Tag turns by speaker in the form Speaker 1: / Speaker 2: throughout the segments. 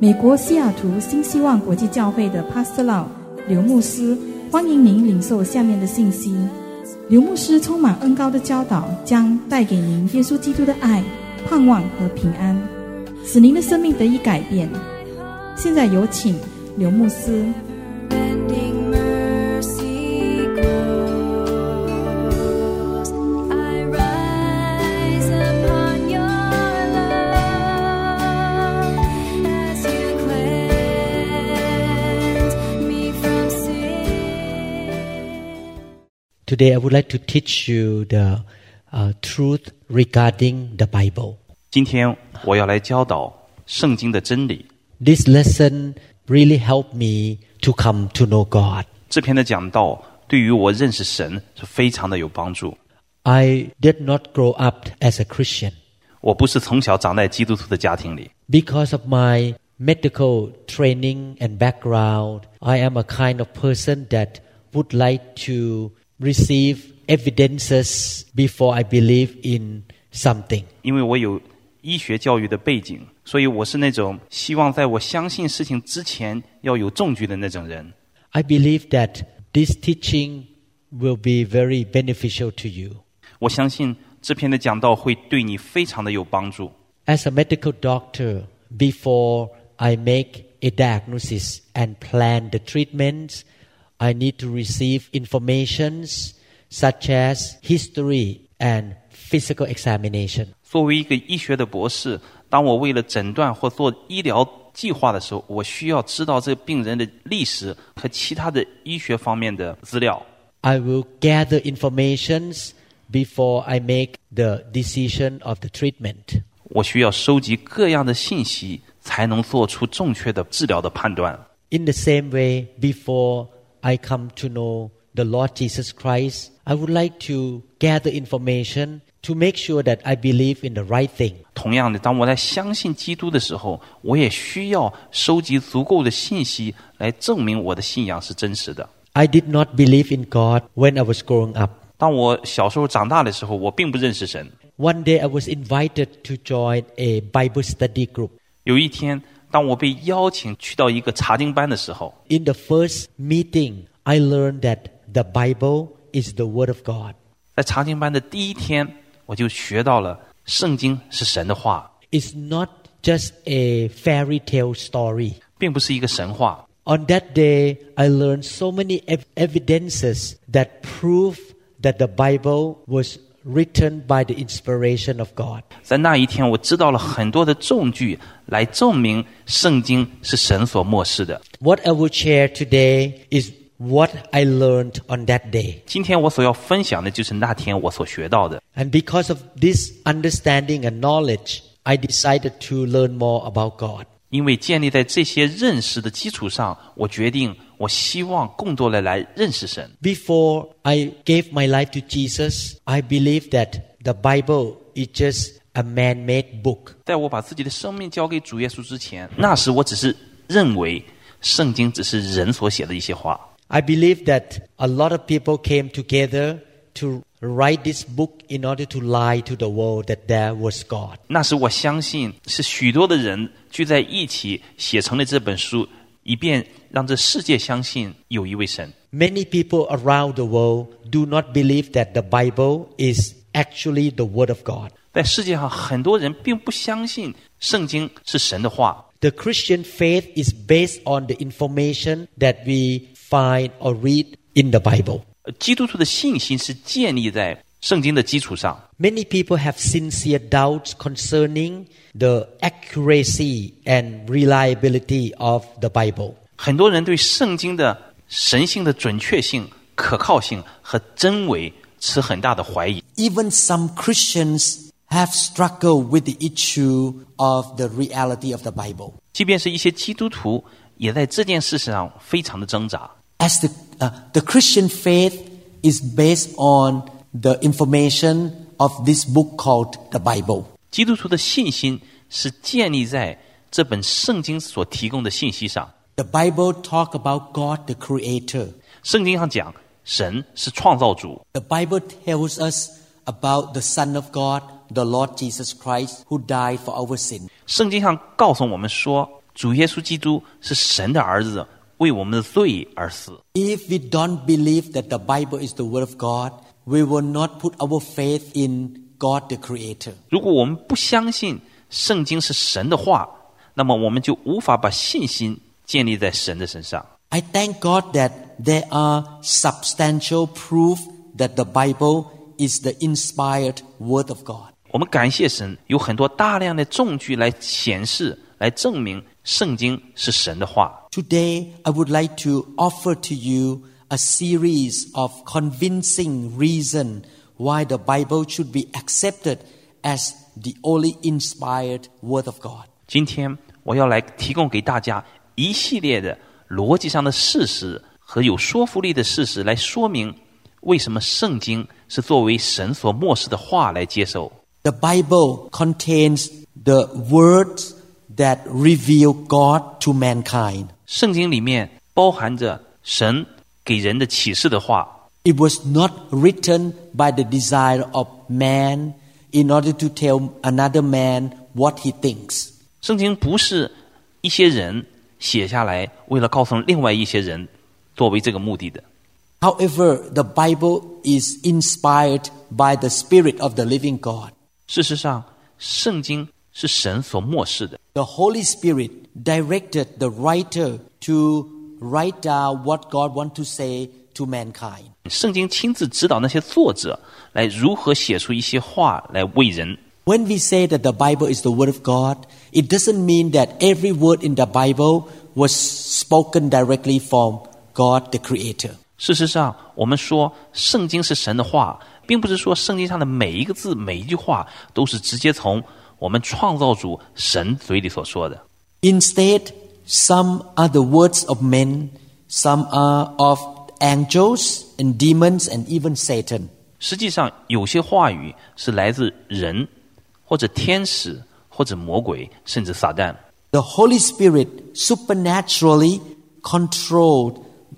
Speaker 1: 美国西雅图新希望国际教会的帕斯老刘牧师，欢迎您领受下面的信息。刘牧师充满恩高的教导，将带给您耶稣基督的爱、盼望和平安，使您的生命得以改变。现在有请刘牧师。
Speaker 2: Bending mercy grows. I rise upon your love as you cleanse me from sin.
Speaker 3: Today, I would like to teach you the uh, truth regarding the Bible.
Speaker 4: 今天我要来教导圣经的真理。
Speaker 3: This lesson really helped me to come to know God.
Speaker 4: 这篇的讲道对于我认识神是非常的有帮助。
Speaker 3: I did not grow up as a Christian
Speaker 4: 我不是从小长在基督徒的家庭里，
Speaker 3: because of my medical training and background. I am a kind of person that would like to receive evidences before I believe in something.
Speaker 4: 因为我有医学教育的背景，所以我是那种希望在我相信事情之前要有证据的那种人。
Speaker 3: I believe that this teaching will be very beneficial to you.
Speaker 4: 我相信这篇的讲道会对你非常的有帮助。
Speaker 3: As a medical doctor, before I make a diagnosis and plan the treatments, I need to receive informations such as history and physical examination.
Speaker 4: 作为一个医学的博士，当我为了诊断或做医疗计划的时候，我需要知道这个病人的历史和其他的医学方面的资料。
Speaker 3: I will gather informations before I make the decision of the treatment.
Speaker 4: 我需要收集各样的信息，才能做出正确的治疗的判断。
Speaker 3: In the same way, before I come to know the Lord Jesus Christ, I would like to gather information to make sure that I believe in the right thing.
Speaker 4: 同样的，当我在相信基督的时候，我也需要收集足够的信息来证明我的信仰是真实的。
Speaker 3: I did not believe in God when I was growing up.
Speaker 4: 当我小时候长大的时候，我并不认识神。
Speaker 3: One day I was invited to join a Bible study group.
Speaker 4: 有一天，当我被邀请去到一个查经班的时候，
Speaker 3: In the first meeting, I learned that the Bible is the Word of God.
Speaker 4: 在查经班的第一天，我就学到了圣经是神的话，
Speaker 3: It's not just a fairy tale story.
Speaker 4: 并不是一个神话。
Speaker 3: On that day, I learned so many ev- evidences that prove that the Bible was written by the inspiration of God.
Speaker 4: 在那一天，我知道了很多的证据来证明圣经是神所漠视的。
Speaker 3: What I will share today is what I learned on that day.
Speaker 4: 今天我所要分享的就是那天我所学到的。
Speaker 3: And because of this understanding and knowledge, I decided to learn more about God.
Speaker 4: 因为建立在这些认识的基础上，我决定，我希望更多的来认识神。
Speaker 3: Before I gave my life to Jesus, I believed that the Bible is just a man made book.
Speaker 4: 在我把自己的生命交给主耶稣之前，那时我只是认为圣经只是人所写的一些话。
Speaker 3: I believed that a lot of people came together to write this book in order to lie to the world that there was God.
Speaker 4: 那时我相信是许多的人聚在一起写成了这本书，以便让这世界相信有一位神。
Speaker 3: Many people around the world do not believe that the Bible is actually the Word of God.
Speaker 4: 在世界上，很多人并不相信圣经是神的话，
Speaker 3: The Christian faith is based on the information that we find or read in the Bible.
Speaker 4: 呃基督徒的信心是建立在圣经的基础上。
Speaker 3: Many people have sincere doubts concerning the accuracy and reliability of the Bible.
Speaker 4: 很多人对圣经的神性的准确性、可靠性和真伪持很大的怀疑。
Speaker 5: Even some Christians have struggled with the issue of the reality of the Bible.
Speaker 4: 即便是一些基督徒，也在这件事上非常的挣扎。
Speaker 5: As the, uh, the Christian faith is based on the information of this book called the Bible.
Speaker 4: 基督徒的信心是建立在这本圣经所提供的信息上。
Speaker 5: The Bible talk about God the creator.
Speaker 4: 圣经上讲，神是创造主，
Speaker 5: The Bible tells us about the Son of God, the Lord Jesus Christ, who died for our sin.
Speaker 4: 圣经上告诉我们说，主耶稣基督是神的儿子，为我们的罪而死。
Speaker 3: If we don't believe that the Bible is the Word of God, we will not put our faith in God the Creator.
Speaker 4: 如果我们不相信圣经是神的话，那么我们就无法把信心建立在神的身上。
Speaker 3: I thank God that there are substantial proof that the Bible is the inspired Word of God.
Speaker 4: 我们感谢神，有很多大量的证据来显示、来证明圣经是神的话。
Speaker 3: Today, I would like to offer to you a series of convincing reason why the Bible should be accepted as the only inspired Word of God.
Speaker 4: 今天我要来提供给大家一系列的逻辑上的事实和有说服力的事实，来说明为什么圣经是作为神所漠视的话来接受。
Speaker 3: The Bible contains the words that reveal God to mankind.
Speaker 4: 圣经里面包含着神给人的启示的话，
Speaker 3: It was not written by the desire of man in order to tell another man what he thinks.
Speaker 4: 圣经不是一些人写下来为了告诉另外一些人作为这个目的的。
Speaker 3: However, the Bible is inspired by the Spirit of the living God.
Speaker 4: 事实上，圣经是神所漠视的。
Speaker 3: The Holy Spirit directed the writer to write down what God wants to say to mankind.
Speaker 4: 圣经亲自指导那些作者来如何写出一些话来为人
Speaker 3: When we say that the Bible is the Word of God, it doesn't mean that every word in the Bible was spoken directly from God the Creator.
Speaker 4: 事实上，我们说圣经是神的话，并不是说圣经上的每一个字、每一句话都是直接从我们创造主神嘴里所说的。
Speaker 3: Instead, some are the words of men, some are of angels and demons and even Satan.
Speaker 4: 实际上，有些话语是来自人，或者天使，或者魔鬼，甚至撒旦。
Speaker 3: The Holy Spirit supernaturally controlled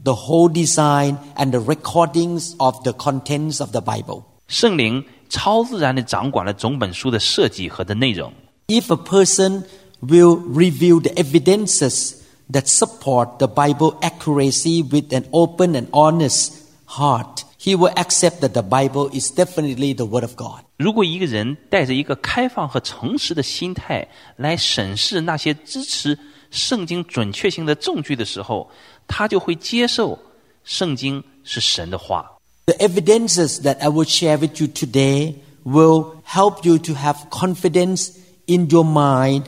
Speaker 3: the whole design and the recordings of the contents of the Bible.
Speaker 4: 圣灵超自然地掌管了整本书的设计和的内容。
Speaker 3: If a person will review the evidences that support the Bible accuracy with an open and honest heart, he will accept that the Bible is definitely the Word of God.
Speaker 4: 如果一个人带着一个开放和诚实的心态来审视那些支持圣经准确性的证据的时候，他就会接受圣经是神的话。
Speaker 3: The evidences that I will share with you today will help you to have confidence in your mind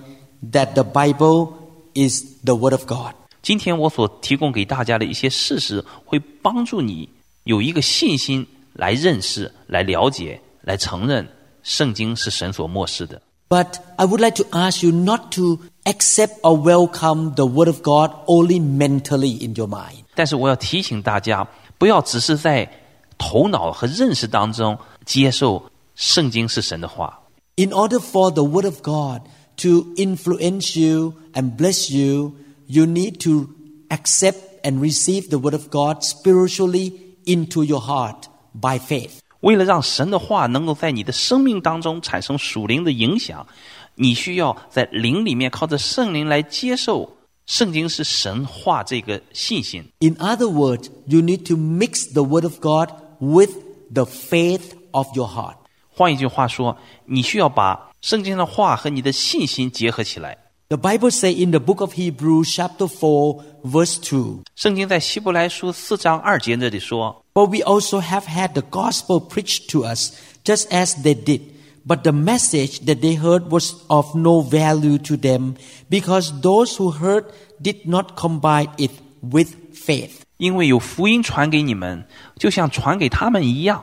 Speaker 3: that the Bible is the Word of God.
Speaker 4: 今天我所提供给大家的一些事实，会帮助你有一个信心来认识、来了解、来承认圣经是神所漠视的。
Speaker 3: But I would like to ask you not to accept or welcome the Word of God only mentally in your mind.
Speaker 4: 但是我要提醒大家，不要只是在头脑和认识当中接受圣经是神的话。
Speaker 3: In order for the Word of God to influence you and bless you, you need to accept and receive the Word of God spiritually into your heart by faith.
Speaker 4: 为了让神的话能够在你的生命当中产生属灵的影响，你需要在灵里面靠着圣灵来接受圣经是神话这个信心。
Speaker 3: In other words, you need to mix the Word of God with the faith of your heart.
Speaker 4: 换一句话说，你需要把圣经的话和你的信心结合起来。
Speaker 3: The Bible says in the book of Hebrews, chapter 4, verse 2,
Speaker 4: 圣经在希伯来书四章二节这里说
Speaker 3: But we also have had the gospel preached to us, just as they did. But the message that they heard was of no value to them, because those who heard did not combine it with faith.：“
Speaker 4: 因为有福音传给你们，就像传给他们一样，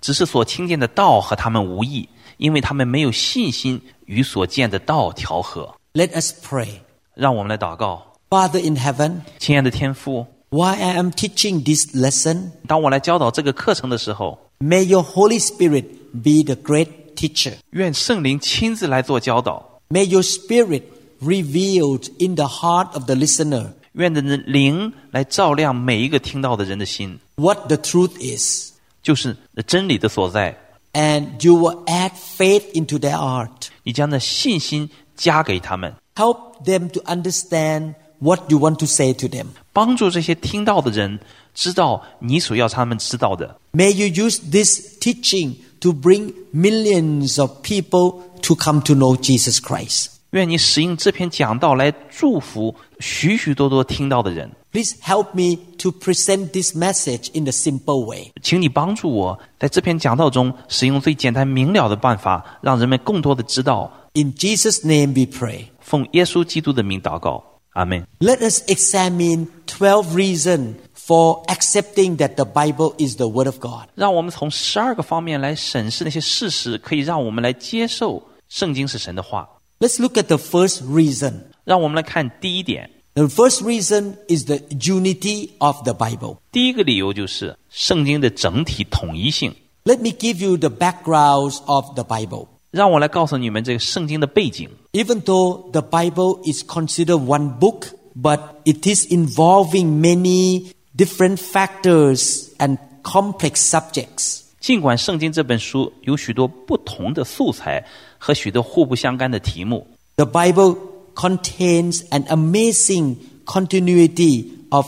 Speaker 4: 只是所听见的道和他们无异，因为他们没有信心与所见的道调和。
Speaker 3: Let us pray. ”
Speaker 4: 让我们来祷告，
Speaker 3: Father in heaven,
Speaker 4: 亲爱的天父，
Speaker 3: while I am teaching this lesson,
Speaker 4: 当我来教导这个课程的时候，
Speaker 3: may your Holy Spirit be the great teacher.
Speaker 4: 愿圣灵亲自来做教导，
Speaker 3: May your spirit revealed in the heart of the listener
Speaker 4: 愿你的灵来照亮每一个听到的人的心，
Speaker 3: what the truth is,
Speaker 4: 就是真理的所在。
Speaker 3: and you will add faith into their heart.
Speaker 4: 你将那信心加给他们，
Speaker 3: Help them to understand what you want to say to them.
Speaker 4: 帮助这些听到的人知道你所要他们知道的。
Speaker 3: May you use this teaching to bring millions of people to come to know Jesus Christ.
Speaker 4: 愿你使用这篇讲道来祝福许许多多听到的人。
Speaker 3: Please help me to present this message in a simple way.
Speaker 4: 请你帮助我在这篇讲道中使用最简单明了的办法，让人们更多的知道。
Speaker 3: In Jesus' name we pray.
Speaker 4: 奉耶稣基督的名祷告，阿门。
Speaker 3: Let us examine 12 reasons for accepting that the Bible is the Word of God.
Speaker 4: 让我们从十二个方面来审视那些事实，可以让我们来接受圣经是神的话。
Speaker 3: Let's look at the first reason.
Speaker 4: 让我们来看第一点，
Speaker 3: The first reason is the unity of the Bible.
Speaker 4: 第一个理由就是圣经的整体统一性。
Speaker 3: Let me give you the backgrounds of the Bible.
Speaker 4: 让我来告诉你们这个圣经的背景。
Speaker 3: Even though the Bible is considered one book, but it is involving many different factors and complex subjects.
Speaker 4: 尽管圣经这本书有许多不同的素材和许多互不相干的题目，
Speaker 3: The Bible contains an amazing continuity of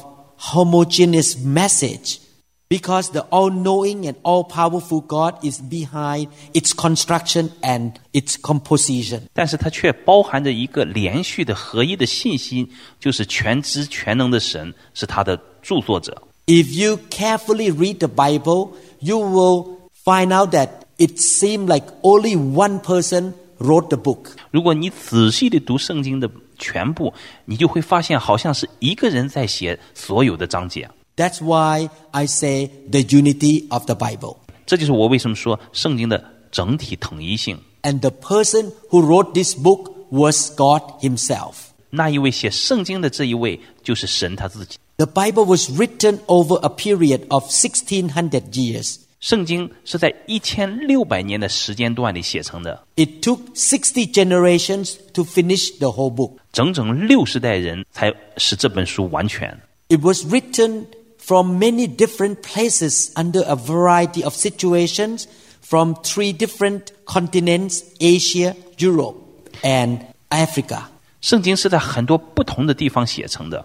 Speaker 3: homogeneous message because the all-knowing and all-powerful God is behind its construction and its composition.
Speaker 4: 但是它却包含着一个连续的合一的信息，就是全知全能的神是他的著作者。
Speaker 3: If you carefully read the Bible, you will find out that it seemed like only one person wrote the book.
Speaker 4: 如果你仔细地读圣经的全部，你就会发现好像是一个人在写所有的章节。
Speaker 3: That's why I say the unity of the Bible.
Speaker 4: 这就是我为什么说圣经的整体统一性。
Speaker 3: And the person who wrote this book was God Himself.
Speaker 4: 那一位写圣经的这一位就是神他自己。
Speaker 3: The Bible was written over a period of 1600 years.
Speaker 4: 圣经是在一千六百年的时间段里写成的，
Speaker 3: It took 60 generations to finish the whole book.
Speaker 4: 整整六十代人才使这本书完全。
Speaker 3: It was written from many different places under a variety of situations from three different continents Asia, Europe, and Africa.
Speaker 4: 圣经是在很多不同的地方写成的，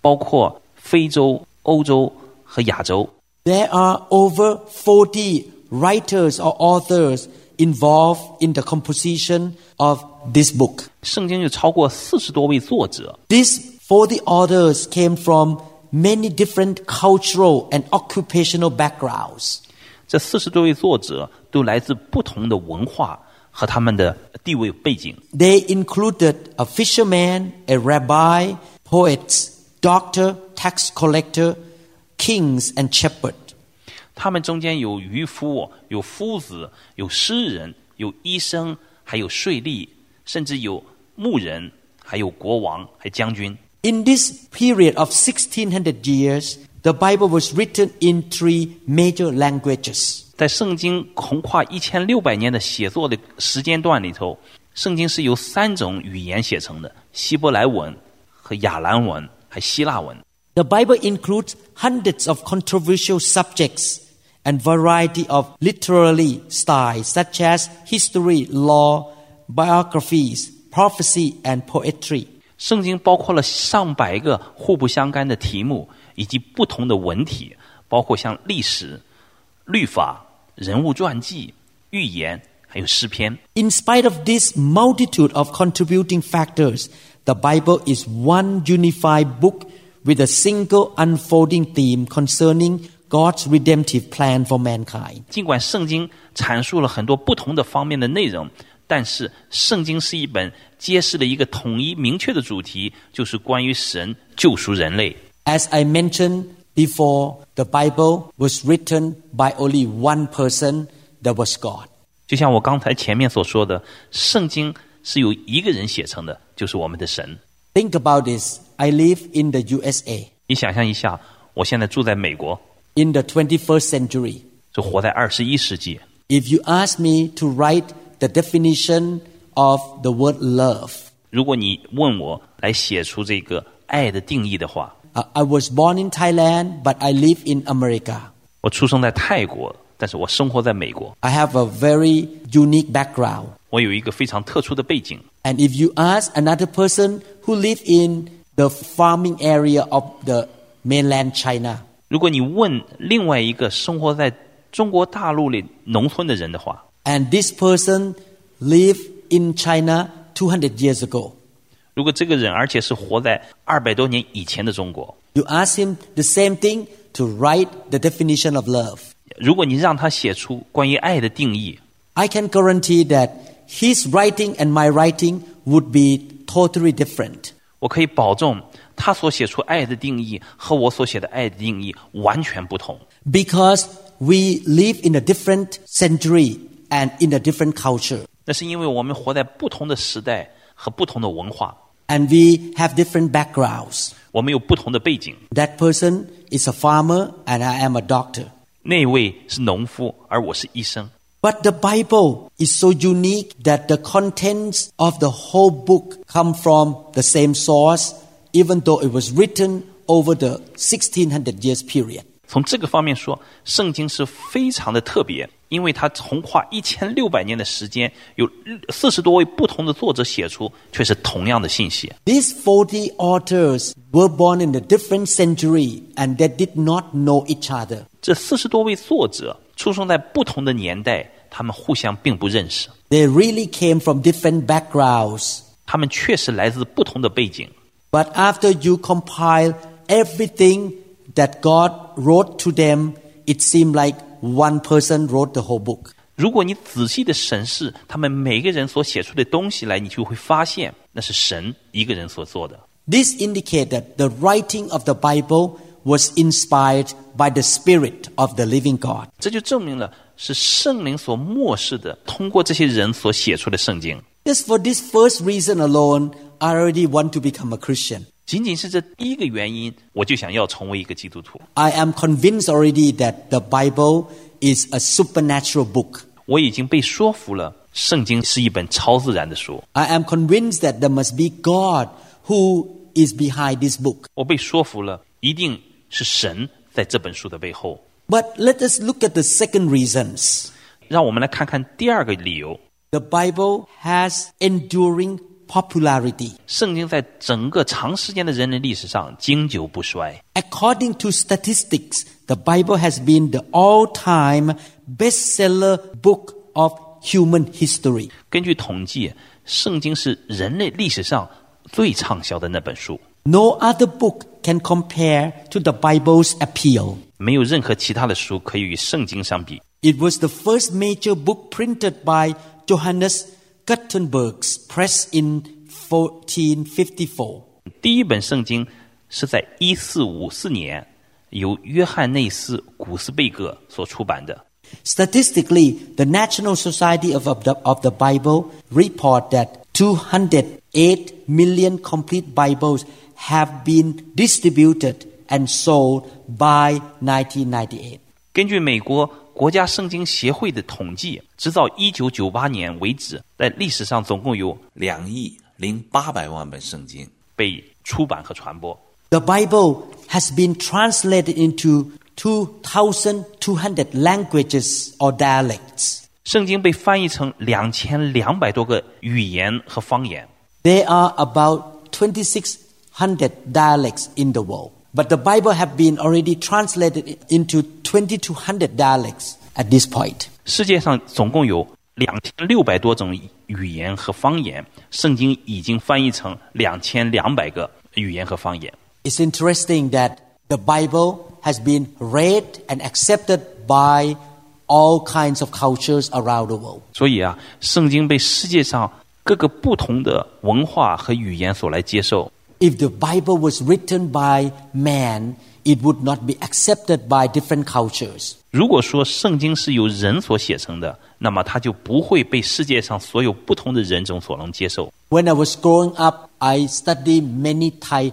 Speaker 4: 包括非洲、欧洲和亚洲。
Speaker 3: There are over 40 writers or authors involved in the composition of this book.
Speaker 4: 圣经有超过四十多位作者，
Speaker 3: These 40 authors came from many different cultural and occupational backgrounds.
Speaker 4: 这四十多位作者都来自不同的文化和他们的地位背景。
Speaker 3: They included a fisherman, a rabbi, poets, doctor, tax collector, kings, and shepherd.
Speaker 4: 他们中间有渔夫、有夫子、有诗人、有医生，还有税吏，甚至有牧人，还有国王，还将军。
Speaker 3: In this period of 1600 years, the Bible was written in three major languages.
Speaker 4: 在圣经横跨一千六百年的写作的时间段里头，圣经是由三种语言写成的：希伯来文和亚兰文，还希腊文。
Speaker 3: The Bible includes hundreds of controversial subjects and variety of literary styles such as history, law, biographies, prophecy, and poetry.
Speaker 4: 圣经包括了上百个互不相干的题目，以及不同的文体，包括像历史、律法、人物传记、寓言，还有诗篇。
Speaker 3: In spite of this multitude of contributing factors, the Bible is one unified book with a single unfolding theme concerning God's redemptive plan for mankind.
Speaker 4: 尽管圣经阐述了很多不同的方面的内容，但是圣经是一本揭示了一个统一明确的主题，就是关于神救赎人类。
Speaker 3: As I mentioned before, the Bible was written by only one person, that was God.
Speaker 4: 就像我刚才前面所说的，圣经是由一个人写成的，就是我们的神。
Speaker 3: Think about this. I live in the USA
Speaker 4: 你想象一下，我现在住在美国，
Speaker 3: in the 21st century.
Speaker 4: 就活在二十一世纪。
Speaker 3: If you ask me to write the definition of the word love,
Speaker 4: 如果你问我来写出这个爱的定义的话，
Speaker 3: Uh, I was born in Thailand, but I live in America.
Speaker 4: 我出生在泰国，但是我生活在美国，
Speaker 3: I have a very unique background.
Speaker 4: 我有一个非常特殊的背景。
Speaker 3: And if you ask another person who live in the farming area of the mainland China,
Speaker 4: 如果你问另外一个生活在中国大陆里农村的人的话，
Speaker 3: and this person live in China 200 years ago,
Speaker 4: 如果这个人而且是活在二百多年以前的中国，
Speaker 3: you ask him the same thing to write the definition of love.
Speaker 4: 如果你让他写出关于爱的定义，
Speaker 3: I can guarantee that his writing and my writing would be totally different.
Speaker 4: 我可以保证他所写出爱的定义和我所写的爱的定义完全不同，
Speaker 3: Because we live in a different century and in a different culture.
Speaker 4: 那是因为我们活在不同的时代和不同的文化，
Speaker 3: And we have different backgrounds.
Speaker 4: 我们有不同的背景。
Speaker 3: That person is a farmer and I am a doctor.
Speaker 4: 那位是农夫，而我是医生。
Speaker 3: But the Bible is so unique that the contents of the whole book come from the same source, even though it was written over the 1600 years period.
Speaker 4: 从这个方面说，圣经是非常的特别，因为它横跨一千六百年的时间，有四十多位不同的作者写出，却是同样的信息。
Speaker 3: These 40 authors were born in a different century and they did not know each other.
Speaker 4: 这四十多位作者出生在不同的年代，他们互相并不认识，
Speaker 3: They really came from different backgrounds.
Speaker 4: 他们确实来自不同的背景。
Speaker 3: But after you compile everything that God wrote to them, it seemed like one person wrote the whole book.
Speaker 4: 如果你仔细的审视他们每个人所写出的东西来，你就会发现那是神一个人所做的。
Speaker 3: This indicates that the writing of the Bible was inspired by the Spirit of the living God.
Speaker 4: 这就证明了是圣灵所漠视的，通过这些人所写出的圣经。
Speaker 3: Just for this first reason alone, I already want to become a Christian.
Speaker 4: 仅仅是这第一个原因，我就想要成为一个基督徒。
Speaker 3: I am convinced already that the Bible is a supernatural book.
Speaker 4: 我已经被说服了，圣经是一本超自然的书。
Speaker 3: I am convinced that there must be God who is behind this book.
Speaker 4: 我被说服了，一定是神在这本书的背后。
Speaker 3: But let us look at the second reasons.
Speaker 4: 让我们来看看第二个理由：
Speaker 3: The Bible has enduring popularity.
Speaker 4: 圣经在整个长时间的人类历史上经久不衰。
Speaker 3: According to statistics, the Bible has been the all-time bestseller book of human history.
Speaker 4: 根据统计，圣经是人类历史上最畅销的那本书，
Speaker 3: No other book can compare to the Bible's appeal.
Speaker 4: 没有任何其他的书可以与圣经相比。
Speaker 3: It was the first major book printed by Johannes Gutenberg's press in 1454.
Speaker 4: 第一本圣经是在一四五四年由约翰内斯·古斯贝格所出版的。
Speaker 3: Statistically, the National Society of, of the, of the Bible report that 208 million complete Bibles have been distributed and sold by 1998.
Speaker 4: 根据美国国家圣经协会的统计，直到一九九八年为止，在历史上总共有
Speaker 6: 两亿零八百万本圣经。
Speaker 4: 被出版和传播。
Speaker 3: The Bible has been translated into 2,200 languages or dialects.
Speaker 4: 圣经被翻译成两千两百多个语言和方言。
Speaker 3: There are about 2,600 dialects in the world. But the Bible have been already translated into 2,200 dialects at this point.
Speaker 4: 世界上总共有两千六百多种语言和方言，圣经已经翻译成两千两百个语言和方言。
Speaker 3: It's interesting that the Bible has been read and accepted by all kinds of cultures around the world.
Speaker 4: 所以啊，圣经被世界上各个不同的文化和语言所来接受。
Speaker 3: If the Bible was written by man, it would not be accepted by different cultures.
Speaker 4: 如果说圣经是由人所写成的，那么它就不会被世界上所有不同的人种所能接受。
Speaker 3: When I was growing up, I studied many Thai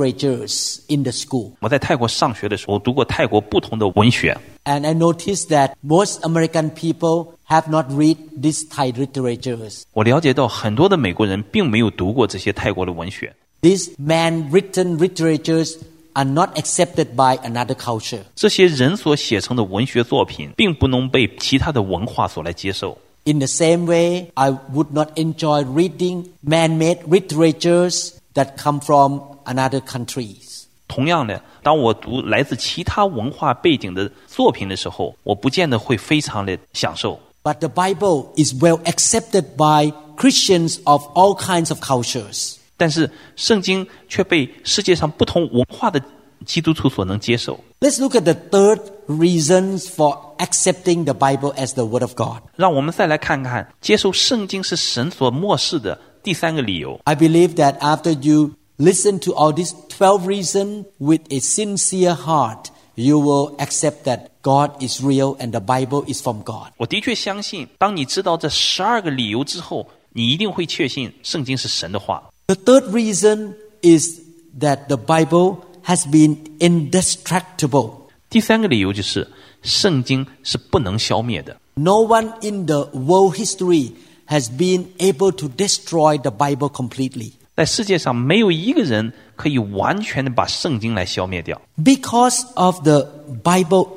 Speaker 3: literatures in the school,
Speaker 4: 我在泰国上学的时候，读过泰国不同的文学，
Speaker 3: and I noticed that most American people have not read these Thai literatures.
Speaker 4: 我了解到很多的美国人并没有读过这些泰国的文学，
Speaker 3: These man-written literatures are not accepted by another culture.
Speaker 4: 这些人所写成的文学作品并不能被其他的文化所来接受。
Speaker 3: In the same way, I would not enjoy reading man-made literatures that come from another countries.
Speaker 4: 同样的，当我读来自其他文化背景的作品的时候，我不见得会非常的享受。
Speaker 3: But the Bible is well accepted by Christians of all kinds of cultures.
Speaker 4: 但是圣经却被世界上不同文化的基督徒所能接受。
Speaker 3: Let's look at the third reasons for accepting the Bible as the Word of God.
Speaker 4: 让我们再来看看接受圣经是神所漠视的第三个理由。
Speaker 3: I believe that after you listen to all these 12 reasons with a sincere heart, you will accept that God is real and the Bible is from God.
Speaker 4: 我的确相信，当你知道这十二个理由之后，你一定会确信圣经是神的话。
Speaker 3: The third reason is that the Bible has been indestructible.
Speaker 4: 第三个理由就是圣经是不能消灭的，
Speaker 3: No one in the world history has been able to destroy the Bible completely
Speaker 4: 在世界上没有一个人可以完全的把圣经来消灭掉。
Speaker 3: because of the Bible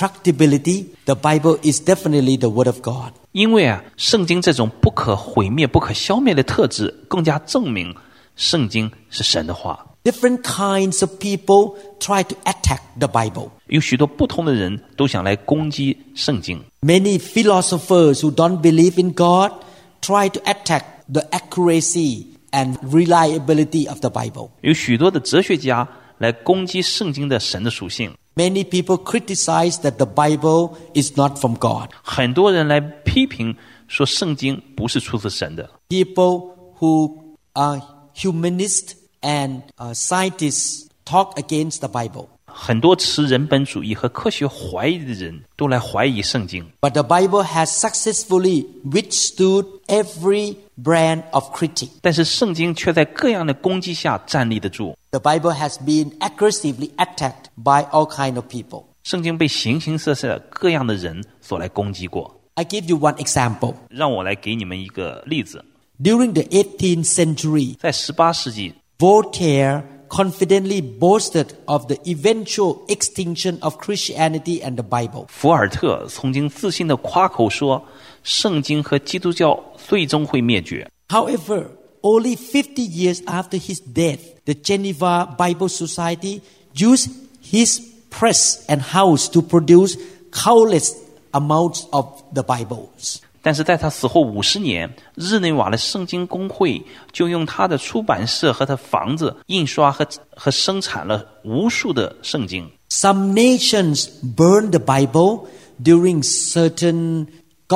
Speaker 3: indestructibility. The Bible is definitely the Word of God.
Speaker 4: 因为啊，圣经这种不可毁灭、不可消灭的特质，更加证明圣经是神的话。
Speaker 3: Different kinds of people try to attack the Bible.
Speaker 4: 有许多不同的人都想来攻击圣经，
Speaker 3: Many philosophers who don't believe in God try to attack the accuracy and reliability of the Bible.
Speaker 4: 有许多的哲学家来攻击圣经的神的属性，
Speaker 3: Many people criticize that the Bible is not from God.
Speaker 4: 很多人来批评说圣经不是出自神的。
Speaker 3: People who are humanists and uh, scientists talk against the Bible.
Speaker 4: 很多持人本主义和科学怀疑的人都来怀疑圣经，
Speaker 3: But the Bible has successfully withstood every brand of critic.
Speaker 4: 但是圣经却在各样的攻击下站立得住。
Speaker 3: The Bible has been aggressively attacked by all kind of people.
Speaker 4: 圣经被形形色色各样的人所来攻击过。
Speaker 3: I give you one example.
Speaker 4: 让我来给你们一个例子，
Speaker 3: During the 18th century,
Speaker 4: 在十八世纪，
Speaker 3: Voltaire confidently boasted of the eventual extinction of Christianity and the Bible.
Speaker 4: 福尔特曾经自信地夸口说，圣经和基督教最终会灭绝。
Speaker 3: However, only 50 years after his death, the Geneva Bible Society used his press and house to produce countless amounts of the Bibles.
Speaker 4: 但是在他死后五十年，日内瓦的圣经公会就用他的出版社和他房子印刷和和生产了无数的圣经。
Speaker 3: Some nations burn the Bible during certain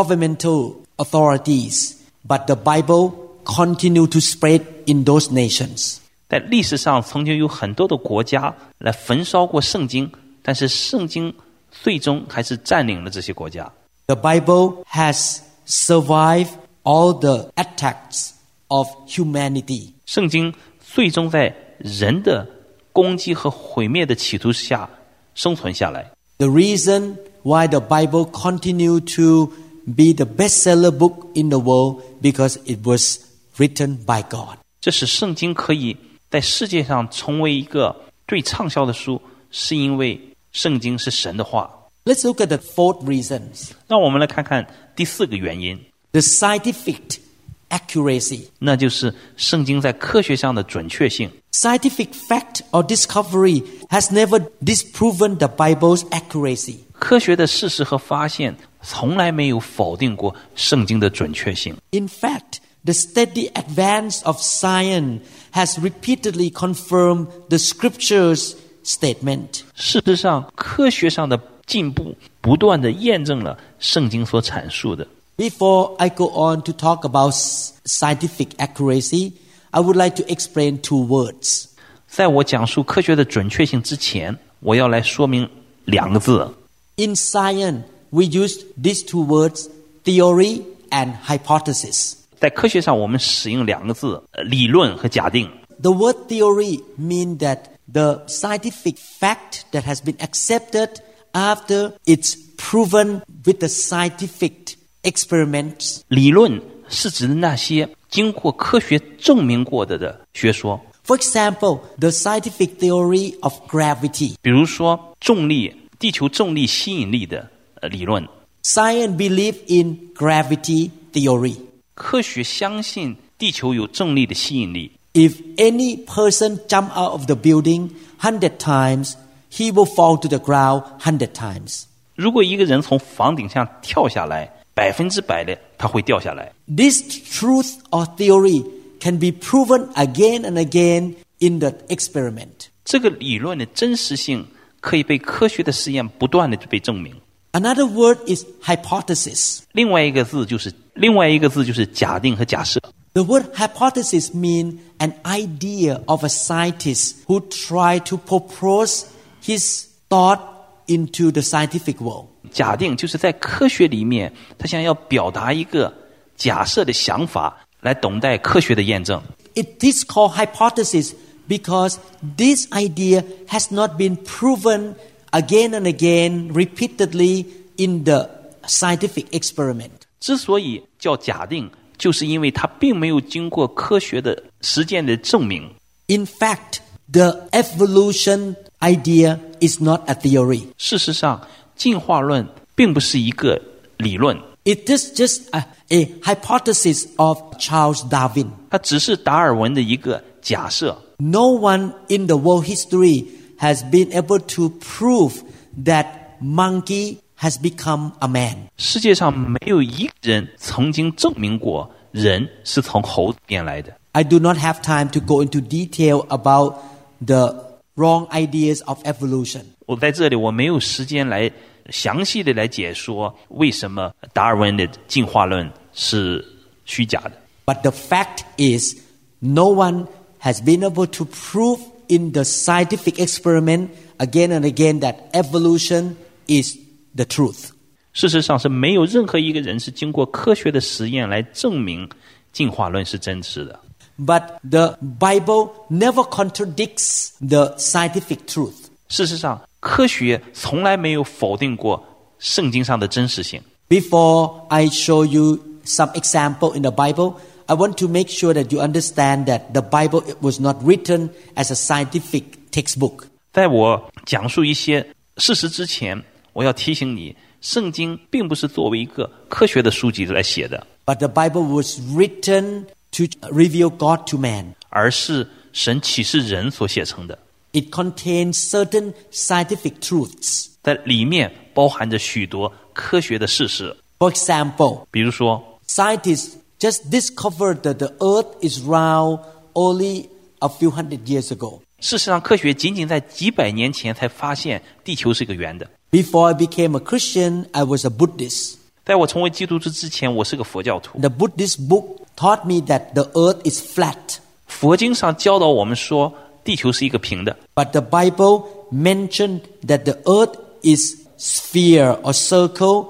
Speaker 3: governmental authorities, but the Bible continued to spread in those nations.
Speaker 4: 在历史上，曾经有很多的国家来焚烧过圣经，但是圣经最终还是占领了这些国家。
Speaker 3: The Bible has survived all the attacks of humanity.
Speaker 4: 圣经最终在人的攻击和毁灭的企图下生存下来。
Speaker 3: The reason why the Bible continued to be the bestseller book in the world because it was written by God.
Speaker 4: 这使圣经可以在世界上成为一个最畅销的书，是因为圣经是神的话。
Speaker 3: Let's look at the fourth reasons.
Speaker 4: 让我们来看看第四个原因，
Speaker 3: The scientific accuracy.
Speaker 4: 那就是圣经在科学上的准确性。
Speaker 3: Scientific fact or discovery has never disproven the Bible's accuracy.
Speaker 4: 科学的事实和发现从来没有否定过圣经的准确性。
Speaker 3: In fact, the steady advance of science has repeatedly confirmed the scripture's statement.
Speaker 4: 事实上，科学上的进步不断的验证了圣经所阐述的。
Speaker 3: Before I go on to talk about s- scientific accuracy, I would like to explain two words.
Speaker 4: 在我讲述科学的准确性之前，我要来说明两个字。
Speaker 3: In science, we use these two words, theory and hypothesis.
Speaker 4: 在科学上，我们使用两个字：呃理论和假定。
Speaker 3: The word theory means that the scientific fact that has been accepted after it's proven with the scientific experiments.
Speaker 4: 理论是指那些经过科学证明过的的学说，
Speaker 3: For example, the scientific theory of gravity.
Speaker 4: 比如说重力、地球重力吸引力的呃理论。
Speaker 3: Science believe in gravity theory.
Speaker 4: 科学相信地球有重力的吸引力。
Speaker 3: If any person jump out of the building 100 times, he will fall to the ground 100 times.
Speaker 4: 如果一个人从房顶上跳下来，百分之百的他会掉下来。
Speaker 3: This truth or theory can be proven again and again in the experiment.
Speaker 4: 这个理论的真实性可以被科学的实验不断的被证明。
Speaker 3: Another word is hypothesis.
Speaker 4: 另外一个字就是另外一个字就是假定和假设。
Speaker 3: The word hypothesis means an idea of a scientist who try to propose his thought into the scientific world.
Speaker 4: 假定就是在科学里面，他想要表达一个假设的想法，来等待科学的验证。
Speaker 3: It is called hypothesis because this idea has not been proven again and again repeatedly in the scientific experiment.
Speaker 4: 之所以叫假定，就是因为它并没有经过科学的实践的证明。
Speaker 3: In fact, the evolution idea is not a theory.
Speaker 4: 事实上，进化论并不是一个理论，
Speaker 3: It is just a, a hypothesis of Charles Darwin.
Speaker 4: 它只是达尔文的一个假设。
Speaker 3: No one in the world history has been able to prove that monkey has become a man.
Speaker 4: 世界上没有一个人曾经证明过人是从猴子变来的。
Speaker 3: I do not have time to go into detail about the wrong ideas of evolution.
Speaker 4: 我在这里我没有时间来详细的来解说为什么达尔文的进化论是虚假的。
Speaker 3: But the fact is, no one has been able to prove in the scientific experiment again and again that evolution is the truth.
Speaker 4: 事实上是没有任何一个人是经过科学的实验来证明进化论是真实的。
Speaker 3: But the Bible never contradicts the scientific truth.
Speaker 4: 事实上，科学从来没有否定过圣经上的真实性。
Speaker 3: Before I show you some example in the Bible, I want to make sure that you understand that the Bible was not written as a scientific textbook.
Speaker 4: 在我讲述一些事实之前，我要提醒你，圣经并不是作为一个科学的书籍来写的，
Speaker 3: But the Bible was written to reveal God to man.
Speaker 4: 而是神启示人所写成的，
Speaker 3: It contains certain scientific truths.
Speaker 4: 在里面包含着许多科学的事实。
Speaker 3: For example,
Speaker 4: 比如说，
Speaker 3: scientists just discovered that the earth is round only a few hundred years ago.
Speaker 4: 事实上，科学仅仅在几百年前才发现地球是个圆的。
Speaker 3: Before I became a Christian, I was a Buddhist.
Speaker 4: 在我成为基督徒之前，我是个佛教徒。
Speaker 3: The Buddhist book taught me that the earth is flat,
Speaker 4: 佛经上教导我们说，地球是一个平的，
Speaker 3: but the Bible mentioned that the earth is sphere or circle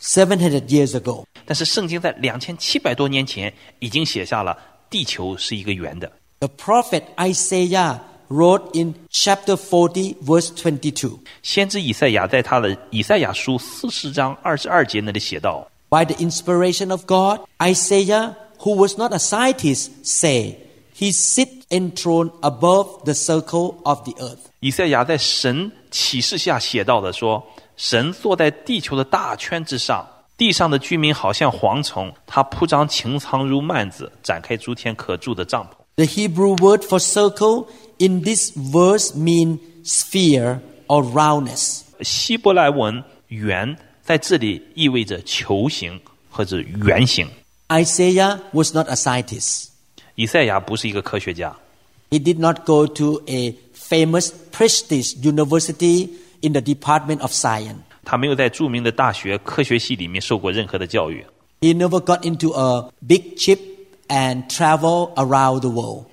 Speaker 3: 2700 years ago.
Speaker 4: 但是圣经在两千七百多年前已经写下了地球是一个圆的。
Speaker 3: The prophet Isaiah wrote in chapter 40 verse 22,
Speaker 4: 先知以赛亚在他的以赛亚书四十章二十二节那里写道
Speaker 3: by the inspiration of God, Isaiah, who was not a scientist, say, he sit enthroned above the circle of the earth.：“
Speaker 4: 以赛亚在神启示下写到的说，神坐在地球的大圈之上，地上的居民好像蝗虫，他铺张情仓如幔子，展开诸天可住的帐篷。
Speaker 3: The Hebrew word for circle in this verse mean sphere or roundness. ”
Speaker 4: 希伯来文“圆”在这里意味着球形或者圆形。
Speaker 3: Isaiah was not a scientist.
Speaker 4: 以赛亚不是一个科学家，
Speaker 3: He did not go to a famous prestige university in the department of science.
Speaker 4: 他没有在著名的大学科学系里面受过任何的教育，
Speaker 3: He never got into a big ship and travel around the world.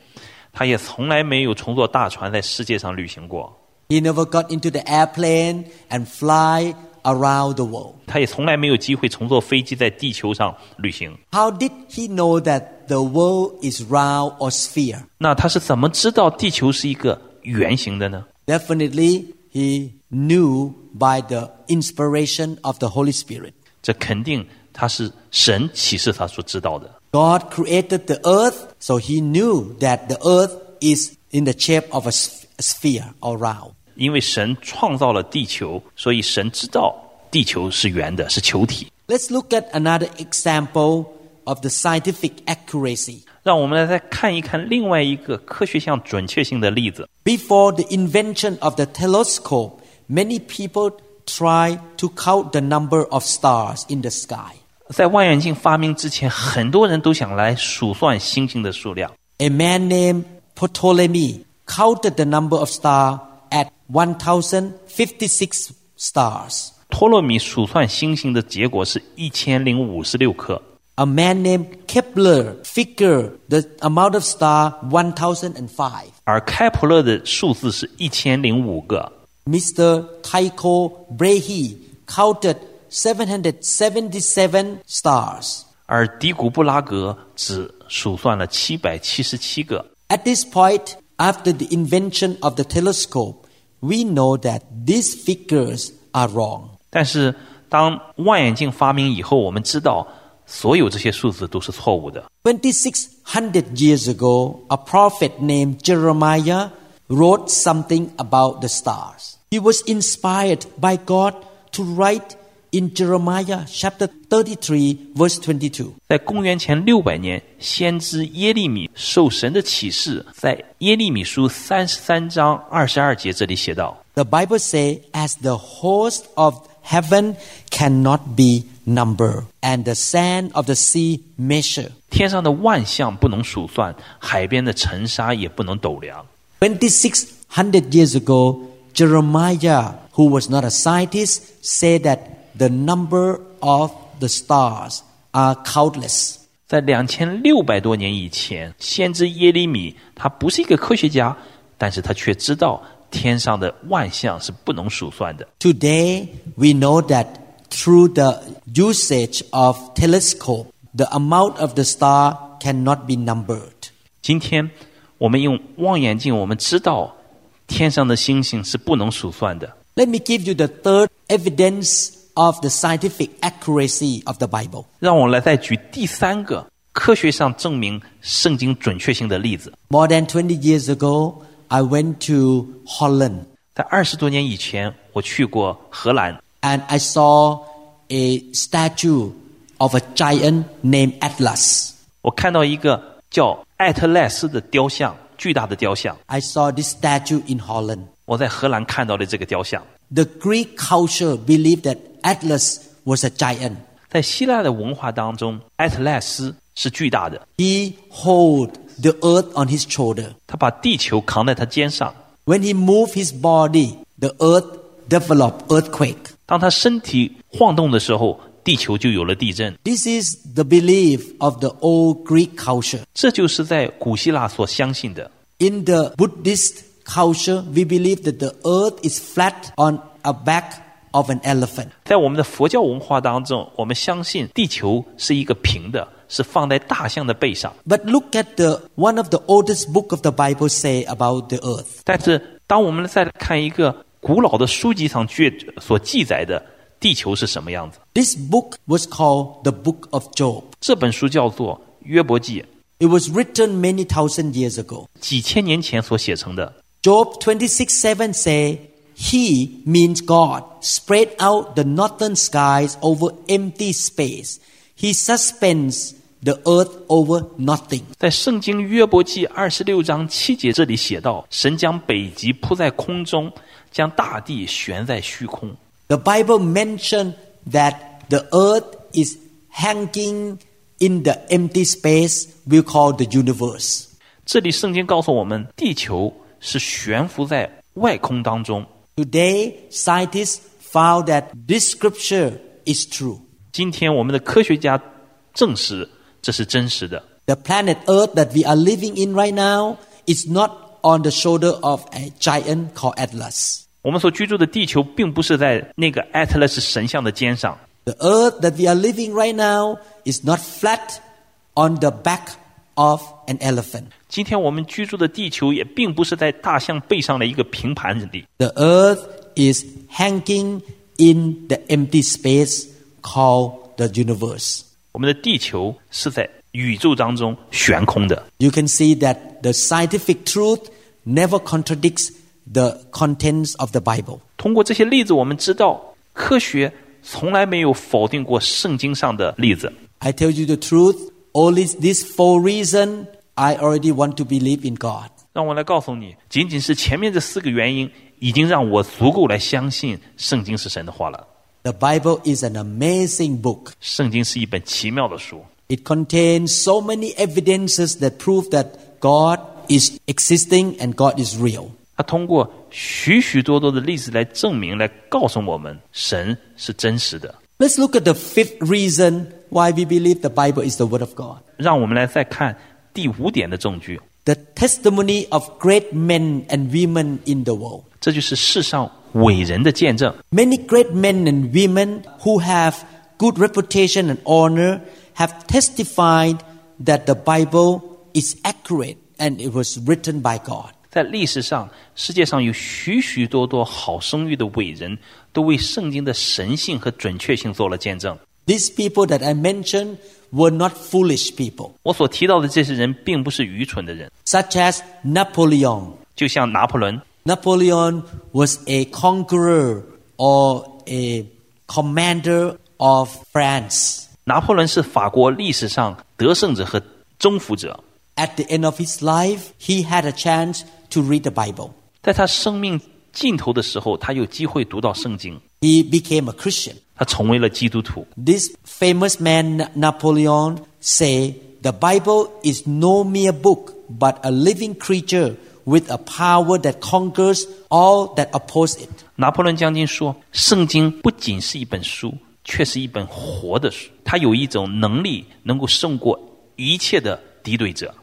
Speaker 4: 他也从来没有乘坐大船在世界上旅行过。
Speaker 3: He never got into the airplane and fly around the world.
Speaker 4: 他也从来没有机会乘坐飞机在地球上旅行。
Speaker 3: How did he know that the world is round or sphere?
Speaker 4: 那他是怎么知道地球是一个圆形的呢？
Speaker 3: Definitely, he knew by the inspiration of the Holy Spirit.
Speaker 4: 这肯定他是神启示他所知道的。
Speaker 3: God created the earth, so he knew that the earth is in the shape of a sph- sphere or round.
Speaker 4: 因为神创造了地球，所以神知道地球是圆的，是球体。
Speaker 3: Let's look at another example of the scientific accuracy.
Speaker 4: 让我们来再看一看另外一个科学上准确性的例子。
Speaker 3: Before the invention of the telescope, many people tried to count the number of stars in the sky.
Speaker 4: 在望远镜发明之前，很多人都想来数算星星的数量。
Speaker 3: A man named Ptolemy counted the number of stars at 1056 stars.
Speaker 4: 托勒密数算星星的结果是一千零五十六颗，
Speaker 3: A man named Kepler figured the amount of star 1005.
Speaker 4: 而开普勒的数字是一千零五个。
Speaker 3: Mr. Tycho Brahe counted 777 stars.
Speaker 4: 而迪古布拉格只数算了七百七十七个。
Speaker 3: At this point, after the invention of the telescope, we know that these figures are wrong.
Speaker 4: 但是，当望远镜发明以后，我们知道所有这些数字都是错误的。
Speaker 3: 2600 years ago, a prophet named Jeremiah wrote something about the stars. He was inspired by God to write in Jeremiah chapter 33, verse 22.
Speaker 4: 在公元前六百年，先知耶利米受神的启示，在耶利米书三十三章二十二节这里写道
Speaker 3: The Bible says, As the host of heaven cannot be numbered, and the sand of the sea measure.：“
Speaker 4: 天上的万象不能数算，海边的尘沙也不能斗量。
Speaker 3: 2600 years ago, Jeremiah, who was not a scientist, said that the number of the stars are countless. ”
Speaker 4: 在两千六百多年以前，先知耶利米他不是一个科学家，但是他却知道天上的万象是不能数算的。
Speaker 3: Today, we know that through the usage of telescope, the amount of the star cannot be numbered.
Speaker 4: 今天我们用望远镜，我们知道天上的星星是不能数算的。
Speaker 3: Let me give you the third evidence of the scientific accuracy of the Bible.
Speaker 4: 让我来再举第三个科学上证明圣经准确性的例子。
Speaker 3: More than 20 years ago, I went to Holland
Speaker 4: 在二十多年以前，我去过荷兰，
Speaker 3: and I saw a statue of a giant named Atlas.
Speaker 4: 我看到一个叫艾特赖斯的雕像，巨大的雕像。
Speaker 3: I saw this statue in Holland.
Speaker 4: 我在荷兰看到的这个雕像，
Speaker 3: The Greek culture believed that Atlas was a giant.
Speaker 4: 在希腊的文化当中，艾特赖斯是巨大的，
Speaker 3: He hold the earth on his shoulder.
Speaker 4: 他把地球扛在他肩上。
Speaker 3: When he moved his body, the earth developed earthquake.
Speaker 4: 当他身体晃动的时候，地球就有了地震。
Speaker 3: This is the belief of the old Greek culture.
Speaker 4: 这就是在古希腊所相信的。
Speaker 3: In the Buddhist culture, we believe that the earth is flat on a back of an elephant.
Speaker 4: 在我们的佛教文化当中，我们相信地球是一个平的，是放在大象的背上。
Speaker 3: But look at the one of the oldest book of the Bible say about the earth.
Speaker 4: 但是，当我们再来看一个古老的书籍上却所记载的地球是什么样子，
Speaker 3: This book was called the Book of Job.
Speaker 4: 这本书叫做《约伯记
Speaker 3: It was written many thousand years ago.》，
Speaker 4: 几千年前所写成的。
Speaker 3: Job 26 7 say, He means God spread out the northern skies over empty space. He suspends the earth over nothing.
Speaker 4: 在圣经约伯记二十六章七节这里写道：“神将北极铺在空中，将大地悬在虚空。
Speaker 3: The Bible mentioned that the earth is hanging in the empty space we call the universe. ”
Speaker 4: 这里圣经告诉我们，地球是悬浮在外空当中。
Speaker 3: Today, scientists found that this scripture is true.
Speaker 4: 今天我们的科学家证实这是真实的。
Speaker 3: The planet Earth that we are living in right now is not on the shoulder of a giant called Atlas.
Speaker 4: 我们所居住的地球并不是在那个 Atlas 神像的肩上，
Speaker 3: The Earth that we are living right now is not flat on the back of an elephant.
Speaker 4: 今天我们居住的地球也并不是在大象背上的一个平盘里，
Speaker 3: The Earth is hanging in the empty space called the universe.
Speaker 4: 我们的地球是在宇宙当中悬空的。
Speaker 3: You can see that the scientific truth never contradicts the contents of the Bible.
Speaker 4: 通过这些例子，我们知道科学从来没有否定过圣经上的例子。
Speaker 3: I tell you the truth, only this four reason I already want to believe in God.
Speaker 4: 让我来告诉你，仅仅是前面这四个原因，已经让我足够来相信圣经是神的话了。
Speaker 3: The Bible is an amazing book.
Speaker 4: 圣经是一本奇妙的书，
Speaker 3: It contains so many evidences that prove that God is existing and God is real.
Speaker 4: 它通过许许多多的例子来证明、来告诉我们，神是真实的。
Speaker 3: Let's look at the fifth reason why we believe the Bible is the Word of God.
Speaker 4: 让我们来再看第五点的证据，
Speaker 3: The testimony of great men and women in the world.
Speaker 4: 这就是世上伟人的见证。
Speaker 3: Many great men and women who have good reputation and honor have testified that the Bible is accurate and it was written by God.
Speaker 4: 在历史上，世界上有许许多多好声誉的伟人，都为圣经的神性和准确性做了见证。
Speaker 3: These people that I mentioned were not foolish people,
Speaker 4: 我所提到的这些人，并不是愚蠢的人，
Speaker 3: such as Napoleon.
Speaker 4: 就像拿破仑，
Speaker 3: Napoleon was a conqueror or a commander of France.
Speaker 4: 拿破仑是法国历史上得胜者和征服者。
Speaker 3: At the end of his life, he had a chance to read the Bible.
Speaker 4: 在他生命尽头的时候，他有机会读到圣经，
Speaker 3: He became a Christian.
Speaker 4: 他成为了基督徒。
Speaker 3: This famous man Napoleon say the Bible is no mere book but a living creature with a power that conquers all that oppose it.
Speaker 4: 拿破仑将军说：“圣经不仅是一本书，却是一本活的书，它有一种能力，能够胜过一切的敌对者。”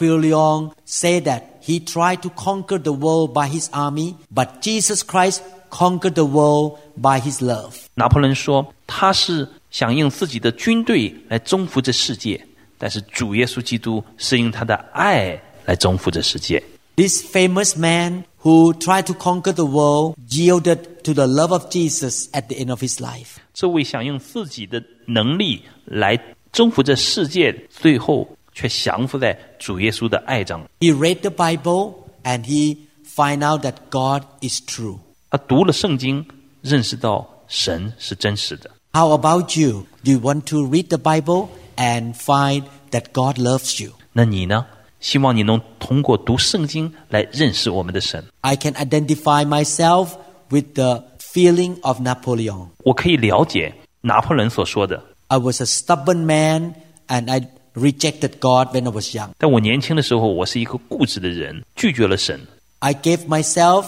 Speaker 3: Napoleon said that he tried to conquer the world by his army, but Jesus Christ conquered the world by his love.
Speaker 4: 拿破仑说，他是响应自己的军队来征服这世界，但是主耶稣基督是用他的爱来征服这世界。
Speaker 3: This famous man who tried to conquer the world yielded to the love of Jesus at the end of his life.
Speaker 4: 这位响应自己的能力来征服这世界，最后却降服在主耶稣的爱中。
Speaker 3: He read the Bible and he find out that God is true.
Speaker 4: 他读了圣经，认识到神是真实的。
Speaker 3: How about you? Do you want to read the Bible and find that God loves you?
Speaker 4: 那你呢？希望你能通过读圣经来认识我们的神。
Speaker 3: I can identify myself with the feeling of Napoleon.
Speaker 4: 我可以了解拿破仑所说的，
Speaker 3: I was a stubborn man and I rejected God when I was young.
Speaker 4: 在我年轻的时候，我是一个固执的人，拒绝了神。
Speaker 3: I gave myself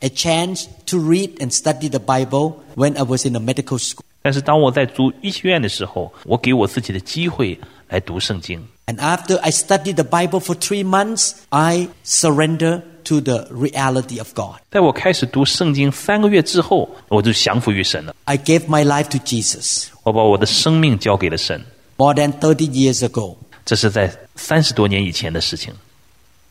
Speaker 3: a chance to read and study the Bible when I was in a medical school.
Speaker 4: 但是当我在读医学院的时候，我给我自己的机会来读圣经。
Speaker 3: And after I studied the Bible for three months, I surrendered to the reality of God.
Speaker 4: 在我开始读圣经三个月之后，我就降服于神了。
Speaker 3: I gave my life to Jesus
Speaker 4: 我把我的生命交给了神，
Speaker 3: more than 30 years ago.
Speaker 4: 这是在三十多年以前的事情。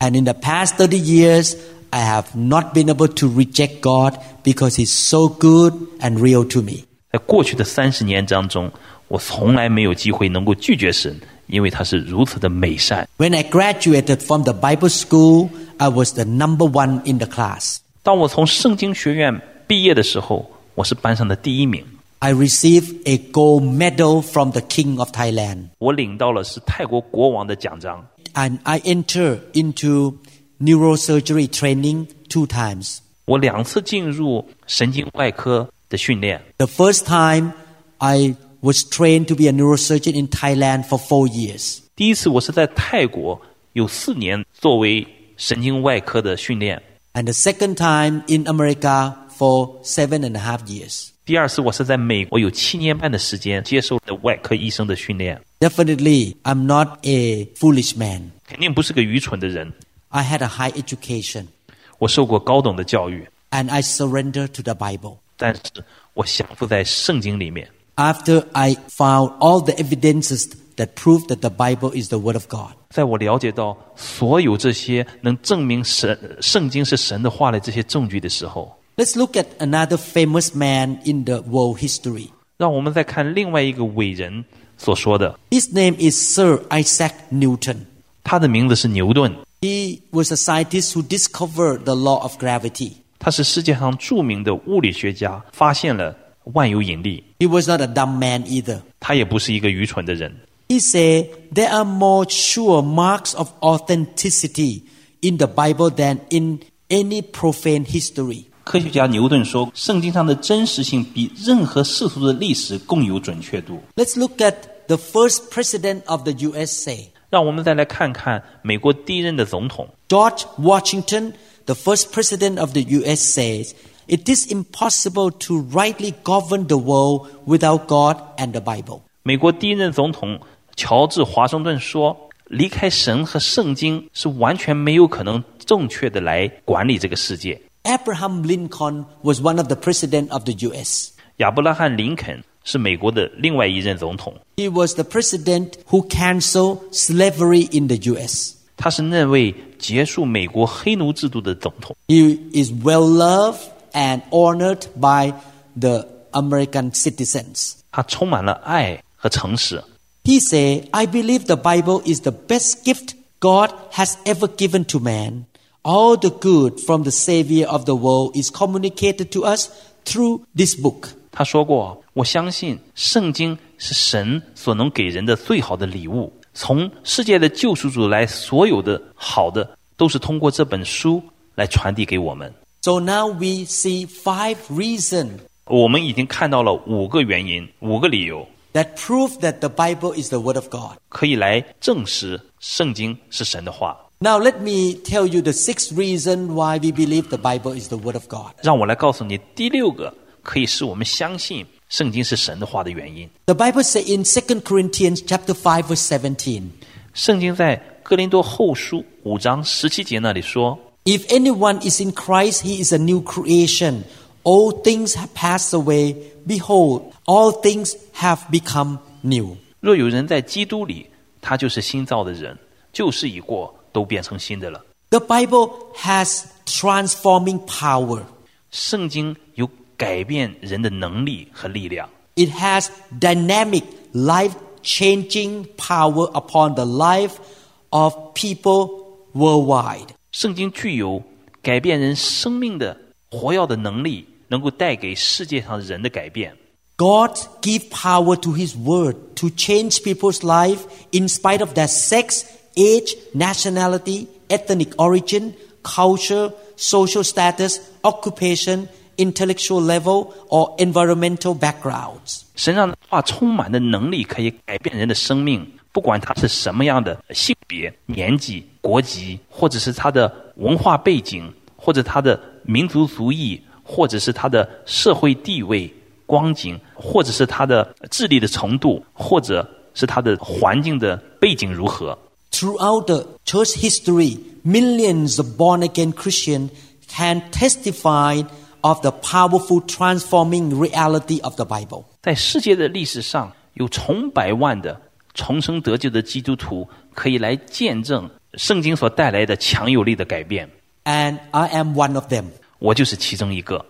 Speaker 3: And in the past 30 years, I have not been able to reject God because He's so good and real to me.
Speaker 4: 在过去的三十年当中，我从来没有机会能够拒绝神，因为他是如此的美善。
Speaker 3: When I graduated from the Bible school, I was the number one in the class.
Speaker 4: 当我从圣经学院毕业的时候，我是班上的第一名，
Speaker 3: I received a gold medal from the King of Thailand.
Speaker 4: 我领到了是泰国国王的奖章。
Speaker 3: And I entered into neurosurgery training two times.
Speaker 4: 我两次进入神经外科的训练，
Speaker 3: The first time, I was trained to be a neurosurgeon in Thailand for four years.
Speaker 4: 第一次我是在泰国有四年作为神经外科的训练，
Speaker 3: and the second time in America for seven and a half years.
Speaker 4: 第二次我是在美国有七年半的时间接受的外科医生的训练，
Speaker 3: Definitely, I'm not a foolish man.
Speaker 4: 肯定不是个愚蠢的人。
Speaker 3: I had a high education
Speaker 4: 我受过高等的教育，
Speaker 3: and I surrendered to the Bible.
Speaker 4: 但是我降服在圣经里面。
Speaker 3: After I found all the evidences that prove that the Bible is the Word of God,
Speaker 4: 在我了解到所有这些能证明神圣经是神的话的这些证据的时候，
Speaker 3: let's look at another famous man in the world history.
Speaker 4: 让我们再看另外一个伟人所说的，
Speaker 3: His name is Sir Isaac Newton.
Speaker 4: 他的名字是牛顿，
Speaker 3: He was a scientist who discovered the law of gravity.
Speaker 4: 他是世界上著名的物理学家，发现了万有引力，
Speaker 3: He was not a dumb man either.
Speaker 4: 他也不是一个愚蠢的人。
Speaker 3: He said there are more sure marks of authenticity in the Bible than in any profane history.
Speaker 4: 科学家牛顿说，圣经上的真实性比任何世俗的历史更有准确度。
Speaker 3: Let's look at the first president of the USA.
Speaker 4: 让我们再来看看美国第一任的总统
Speaker 3: George Washington, the first president of the US, says, It is impossible to rightly govern the world without God and the Bible.
Speaker 4: 美国第一任总统乔治·华盛顿说：“离开神和圣经是完全没有可能正确的来管理这个世界。
Speaker 3: Abraham Lincoln was one of the president of the US. ”
Speaker 4: 亚伯拉罕·林肯是美国的另外一任总统，
Speaker 3: He was the president who canceled slavery in the US.
Speaker 4: 他是那位结束美国黑奴制度的总统。
Speaker 3: He is well loved and honored by the American citizens.
Speaker 4: 他充满了爱和诚实。
Speaker 3: He said, I believe the Bible is the best gift God has ever given to man. All the good from the Savior of the world is communicated to us through this book.
Speaker 4: 他说过：“我相信圣经是神所能给人的最好的礼物。从世界的救赎主来，所有的好的都是通过这本书来传递给我们。”
Speaker 3: So now we see five reasons
Speaker 4: 我们已经看到了五个原因，五个理由，
Speaker 3: that prove that the Bible is the Word of God.
Speaker 4: 可以来证实圣经是神的话。
Speaker 3: Now let me tell you the sixth reason why we believe the Bible is the Word of God.
Speaker 4: 让我来告诉你第六个可以使我们相信圣经是神的话的原因。
Speaker 3: The Bible says in 2 Corinthians chapter 5 verse 17,
Speaker 4: 圣经在哥林多后书五章十七节那里说
Speaker 3: If anyone is in Christ, he is a new creation. All things have passed away. Behold, all things have become new.：“
Speaker 4: 若有人在基督里，他就是新造的人，旧事已过，都变成新的了。
Speaker 3: The Bible has transforming power. ”
Speaker 4: 圣经有改变人的能力和力量，
Speaker 3: It has dynamic, life changing power upon the life of people worldwide.
Speaker 4: 圣经具有改变人生命的活药的能力，能够带给世界上人的改变。
Speaker 3: God give power to his word to change people's life in spite of their sex, age, nationality, ethnic origin, culture, social status, occupation, intellectual level or environmental backgrounds.
Speaker 4: 神让话充满的能力可以改变人的生命，不管他是什么样的性别、年纪、国籍，或者是他的文化背景，或者他的民族族裔，或者是他的社会地位、光景，或者是他的智力的程度，或者是他的环境的背景如何。
Speaker 3: Throughout the church history, millions of born again Christians can testify of the powerful transforming reality of the Bible.
Speaker 4: 在世界的历史上，有成百万的重生得救的基督徒可以来见证圣经所带来的强有力的改变。
Speaker 3: And I am one of them.
Speaker 4: 我就是其中一个。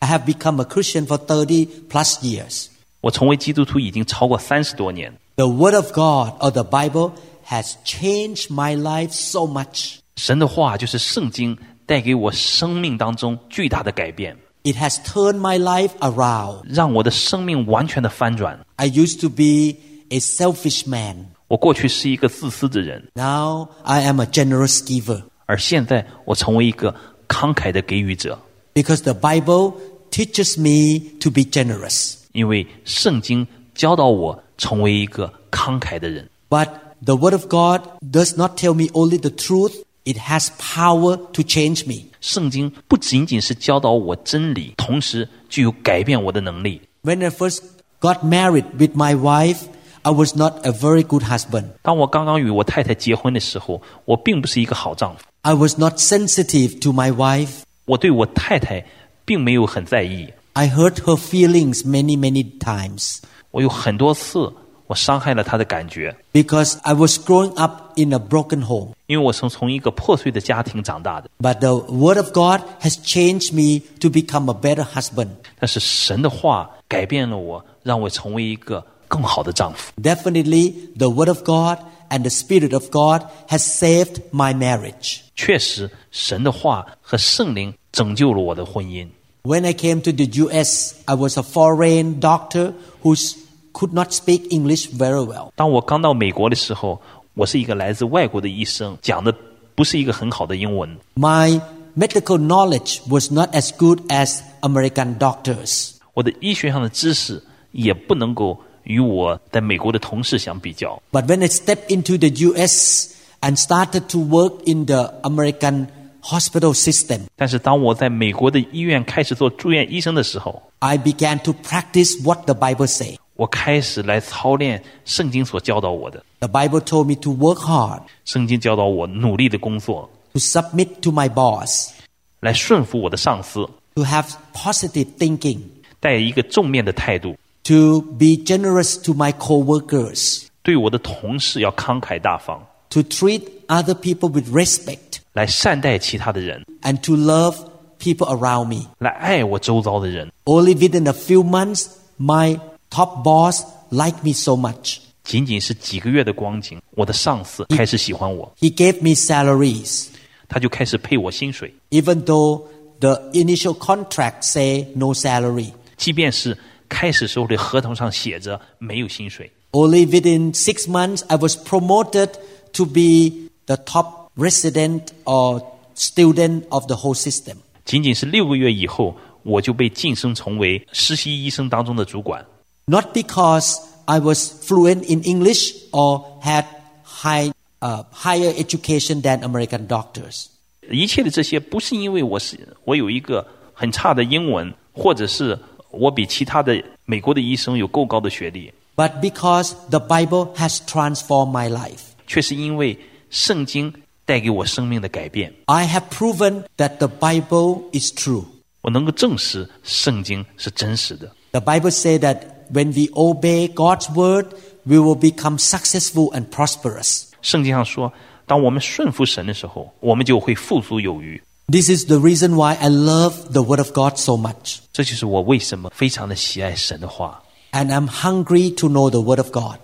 Speaker 3: I have become a Christian for 30 plus years.
Speaker 4: 我成为基督徒已经超过三十多年，
Speaker 3: The Word of God or the Bible has changed my life so much.
Speaker 4: 神的话就是圣经，带给我生命当中巨大的改变，
Speaker 3: It has turned my life around.
Speaker 4: 让我的生命完全的翻转。
Speaker 3: I used to be a selfish man.
Speaker 4: 我过去是一个自私的人，
Speaker 3: Now I am a generous giver
Speaker 4: 而现在我成为一个慷慨的给予者，
Speaker 3: because the Bible teaches me to be generous.
Speaker 4: 因为圣经教导我成为一个慷慨的人。
Speaker 3: But the Word of God does not tell me only the truth, it has power to change me.
Speaker 4: 圣经不仅仅是教导我真理，同时具有改变我的能力。
Speaker 3: When I first got married with my wife, I was not a very good husband.
Speaker 4: 当我刚刚与我太太结婚的时候，我并不是一个好丈夫，
Speaker 3: I was not sensitive to my wife.
Speaker 4: 我对我太太并没有很在意。
Speaker 3: I hurt her feelings many, many times
Speaker 4: 我有很多次我伤害了他的感觉，
Speaker 3: because I was growing up in a broken home.
Speaker 4: 因为我从从一个破碎的家庭长大的。
Speaker 3: But the Word of God has changed me to become a better husband.
Speaker 4: 但是神的话改变了我，让我成为一个更好的丈夫。
Speaker 3: Definitely, the Word of God and the Spirit of God has saved my marriage.
Speaker 4: 确实，神的话和圣灵拯救了我的婚姻。
Speaker 3: When I came to the US, I was a foreign doctor who s- could not speak English very well.
Speaker 4: 当我刚到美国的时候，我是一个来自外国的医生，讲的不是一个很好的英文，
Speaker 3: My medical knowledge was not as good as American doctors.
Speaker 4: 我的医学上的知识也不能够与我在美国的同事相比较。
Speaker 3: But when I stepped into the US and started to work in the American hospital system,
Speaker 4: 但是当我在美国的医院开始做住院医生的时候，
Speaker 3: I began to practice what the Bible says.
Speaker 4: 我开始来操练圣经所教导我的。
Speaker 3: The Bible told me to work hard,
Speaker 4: 圣经教导我努力的工作，
Speaker 3: to submit to my boss,
Speaker 4: 来顺服我的上司，
Speaker 3: to have positive thinking,
Speaker 4: 带一个正面的态度，
Speaker 3: to be generous to my coworkers,
Speaker 4: 对我的同事要慷慨大方，
Speaker 3: to treat other people with respect,
Speaker 4: 来善待其他的人，
Speaker 3: and to love people around me.
Speaker 4: 来爱我周遭的人。
Speaker 3: Only within a few months, my top boss liked me so much.
Speaker 4: 仅仅是几个月的光景，我的上司开始喜欢我，
Speaker 3: He gave me salaries,
Speaker 4: 他就开始配我薪水，
Speaker 3: even though the initial contract say no salary.
Speaker 4: 即便是开始时候的合同上写着没有薪水。
Speaker 3: Only within six months, I was promoted to be the top resident or student of the whole system.
Speaker 4: 仅仅是六个月以后，我就被晋升成为实习医生当中的主管。
Speaker 3: Not because I was fluent in English or had high, uh, higher education than American doctors.
Speaker 4: 一切的这些不是因为我是我有一个很差的英文，或者是我比其他的美国的医生有够高的学历，
Speaker 3: but because the Bible has transformed my life.
Speaker 4: 却是因为圣经带给我生命的改变。
Speaker 3: I have proven that the Bible is true.
Speaker 4: 我能够证实圣经是真实的。
Speaker 3: The Bible says that when we obey God's word, we will become successful and prosperous.
Speaker 4: 圣经上说，当我们顺服神的时候，我们就会富足有余。
Speaker 3: This is the reason why I love the word of God so much.
Speaker 4: 这就是我为什么非常的喜爱神的话，
Speaker 3: And I'm hungry to know the word of God.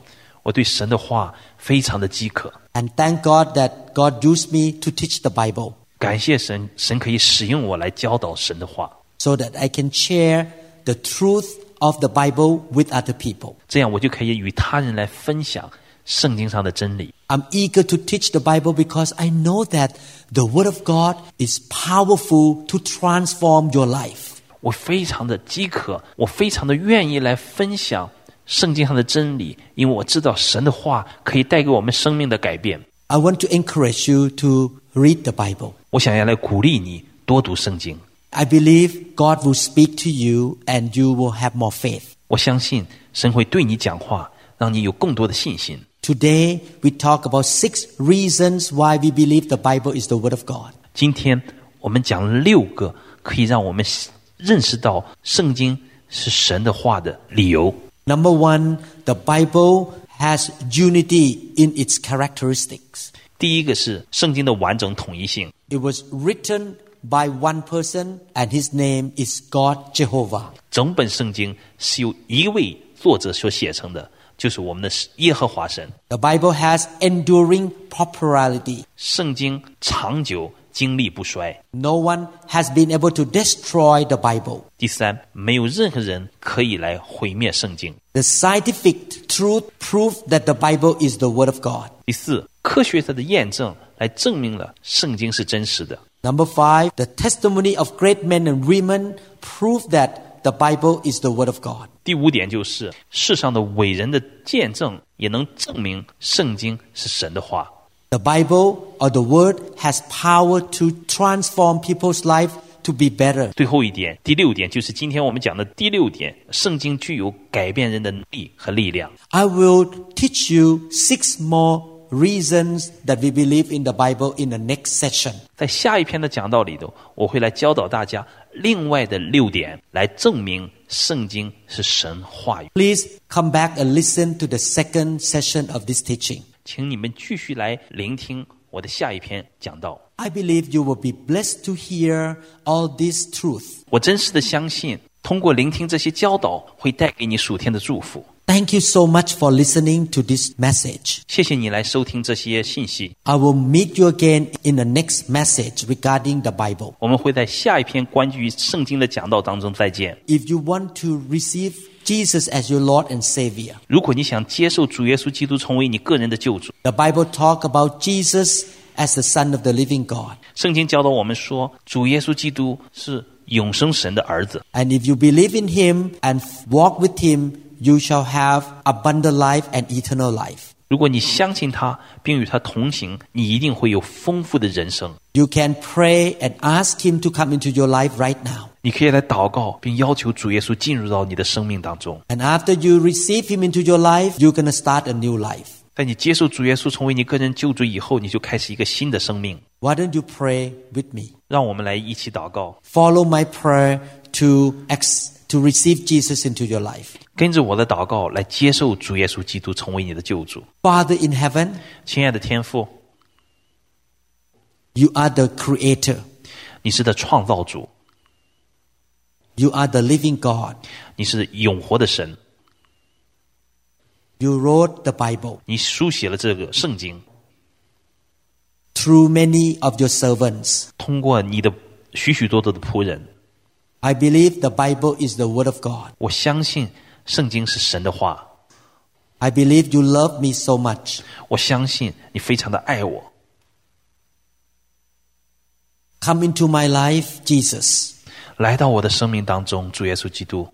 Speaker 4: 我对神的话非常的饥渴。
Speaker 3: And thank God that God used me to teach the Bible
Speaker 4: 感谢神，神可以使用我来教导神的话，
Speaker 3: so that I can share the truth of the Bible with other people.
Speaker 4: 这样我就可以与他人来分享圣经上的真理。
Speaker 3: I'm eager to teach the Bible because I know that the Word of God is powerful to transform your life.
Speaker 4: 我非常的饥渴，我非常的愿意来分享圣经上的真理，因为我知道神的话可以带给我们生命的改变。
Speaker 3: I want to encourage you to read the Bible.
Speaker 4: 我想要来鼓励你多读圣经，
Speaker 3: I believe God will speak to you and you will have more faith.
Speaker 4: 我相信神会对你讲话，让你有更多的信心。
Speaker 3: Today, we talk about six reasons why we believe the Bible is the Word of God.
Speaker 4: 今天我们讲了六个可以让我们认识到圣经是神的话的理由。
Speaker 3: Number one, the Bible has unity in its characteristics.
Speaker 4: 第一个是圣经的完整统一性，
Speaker 3: It was written by one person and his name is God Jehovah.
Speaker 4: 整本圣经是由一位作者所写成的，就是我们的耶和华神。
Speaker 3: The Bible has enduring popularity.
Speaker 4: 圣经长久经历不衰。
Speaker 3: No one has been able to destroy the Bible.
Speaker 4: 第三，没有任何人可以来毁灭圣经。
Speaker 3: The scientific truth proves that the Bible is the Word of God.
Speaker 4: 第四，科学家的验证来证明了圣经是真实的。
Speaker 3: Number five, the testimony of great men and women prove that the Bible is the Word of God.
Speaker 4: 第五点就是，世上的伟人的见证也能证明圣经是神的话。
Speaker 3: The Bible or the Word has power to transform people's life to be better.
Speaker 4: 最后一点，第六点就是今天我们讲的第六点，圣经具有改变人的能力和力量。
Speaker 3: I will teach you six more reasons that we believe in the Bible in the next session.
Speaker 4: 在下一篇的讲道里头，我会来教导大家另外的六点，来证明圣经是神话语。
Speaker 3: Please come back and listen to the second session of this teaching.
Speaker 4: 请你们继续来聆听我的下一篇讲道。
Speaker 3: I believe you will be blessed to hear all this truth.
Speaker 4: 我真实的相信，通过聆听这些教导，会带给你属天的祝福。
Speaker 3: Thank you so much for listening to this message.
Speaker 4: 谢谢你来收听这些信息，
Speaker 3: I will meet you again in the next message regarding the Bible.
Speaker 4: 我们会在下一篇关于圣经的讲道当中再见。
Speaker 3: If you want to receive Jesus as your Lord and Savior,
Speaker 4: 如果你想接受主耶稣基督成为你个人的救主，
Speaker 3: the Bible talk about Jesus as the Son of the Living God.
Speaker 4: 圣经教导我们说，主耶稣基督是永生神的儿子。
Speaker 3: And if you believe in Him and walk with Him, you shall have abundant life and eternal life.
Speaker 4: 如果你相信他，并与他同行，你一定会有丰富的人生。
Speaker 3: You can pray and ask Him to come into your life right now.
Speaker 4: 你可以来祷告，并要求主耶稣进入到你的生命当中。
Speaker 3: And after you receive Him into your life, you're going to start a new life.
Speaker 4: 在你接受主耶稣成为你个人救主以后，你就开始一个新的生命。
Speaker 3: Why don't you pray with me?
Speaker 4: 让我们来一起祷告，
Speaker 3: Follow my prayer to, ex- to receive Jesus into your life.
Speaker 4: 跟着我的祷告来接受主耶稣基督成为你的救主。
Speaker 3: Father in heaven,
Speaker 4: 亲爱的天父，
Speaker 3: you are the creator.
Speaker 4: 你是的创造主，
Speaker 3: You are the living God.
Speaker 4: 你是永活的神，
Speaker 3: You wrote the Bible
Speaker 4: 你书写了这个圣经，
Speaker 3: through many of your servants.
Speaker 4: 通过你的许许多多的仆人，
Speaker 3: I believe the Bible is the Word of God.
Speaker 4: 我相信圣经是神的话，
Speaker 3: I believe you love me so much.
Speaker 4: 我相信你非常的爱我，
Speaker 3: Come into my life, Jesus.
Speaker 4: 来到我的生命当中，主耶稣基督，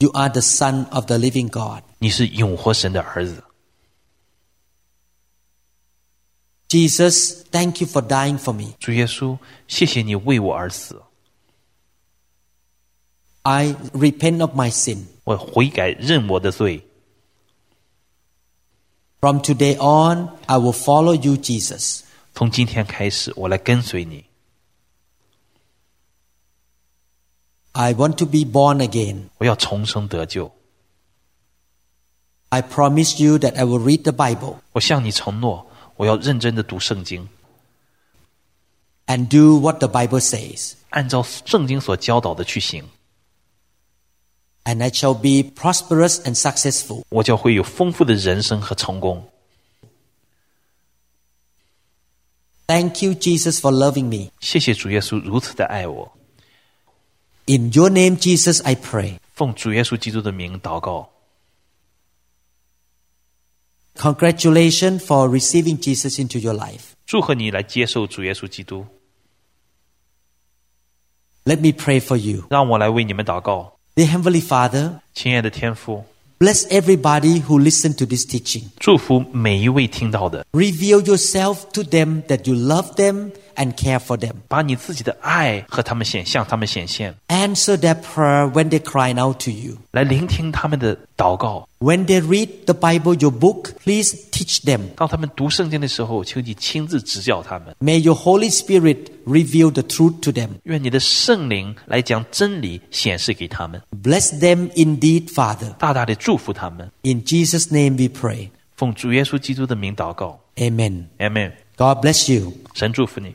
Speaker 3: You are the Son of the living God.
Speaker 4: 你是永活神的儿子，
Speaker 3: Jesus, thank you for dying for me.
Speaker 4: 主耶稣，谢谢你为我而死，
Speaker 3: I repent of my sin.
Speaker 4: 我悔改认我的罪，
Speaker 3: From today on, I will follow you, Jesus.
Speaker 4: 从今天开始，我来跟随你，
Speaker 3: I want to be born again.
Speaker 4: 我要重生得救，
Speaker 3: I promise you that I will read the Bible
Speaker 4: 我向你承诺，我要认真的读圣经，
Speaker 3: and do what the Bible says.
Speaker 4: 按照圣经所教导的去行，
Speaker 3: And I shall be prosperous and successful.
Speaker 4: 我将会有丰富的人生和成功。
Speaker 3: Thank you, Jesus, for loving me.
Speaker 4: 谢谢主耶稣如此的爱我，
Speaker 3: In your name, Jesus, I pray.
Speaker 4: 奉主耶稣基督的名祷告，
Speaker 3: Congratulations for receiving Jesus into your life.
Speaker 4: 祝贺你来接受主耶稣基督。
Speaker 3: Let me pray for you.
Speaker 4: 让我来为你们祷告，
Speaker 3: Dear Heavenly Father,
Speaker 4: 亲爱的天父，
Speaker 3: bless everybody who listened to this teaching.
Speaker 4: 祝福每一位听到的，
Speaker 3: Reveal yourself to them that you love them and care for them.
Speaker 4: 把你自己的爱和他们显向他们显现，
Speaker 3: Answer their prayer when they cry out to you.
Speaker 4: 来聆听他们的祷告。
Speaker 3: When they read the Bible, your book, please teach them.
Speaker 4: 当他们读圣经的时候，请你亲自指教他们。
Speaker 3: May your Holy Spirit reveal the truth to them.
Speaker 4: 愿你的圣灵来将真理显示给他们，
Speaker 3: Bless them indeed, Father.
Speaker 4: 大大的祝福他们。
Speaker 3: In Jesus' name we pray.
Speaker 4: 奉主耶稣基督的名祷告
Speaker 3: Amen.
Speaker 4: ，Amen。
Speaker 3: God bless you.
Speaker 4: 神祝福你。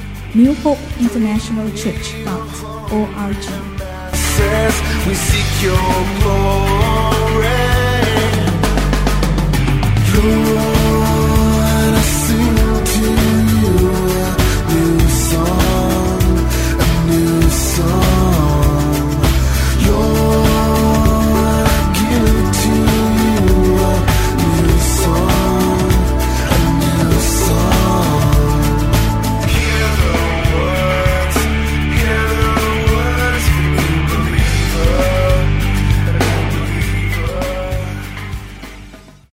Speaker 1: New Hope International Church dot org。
Speaker 7: says we seek your glory.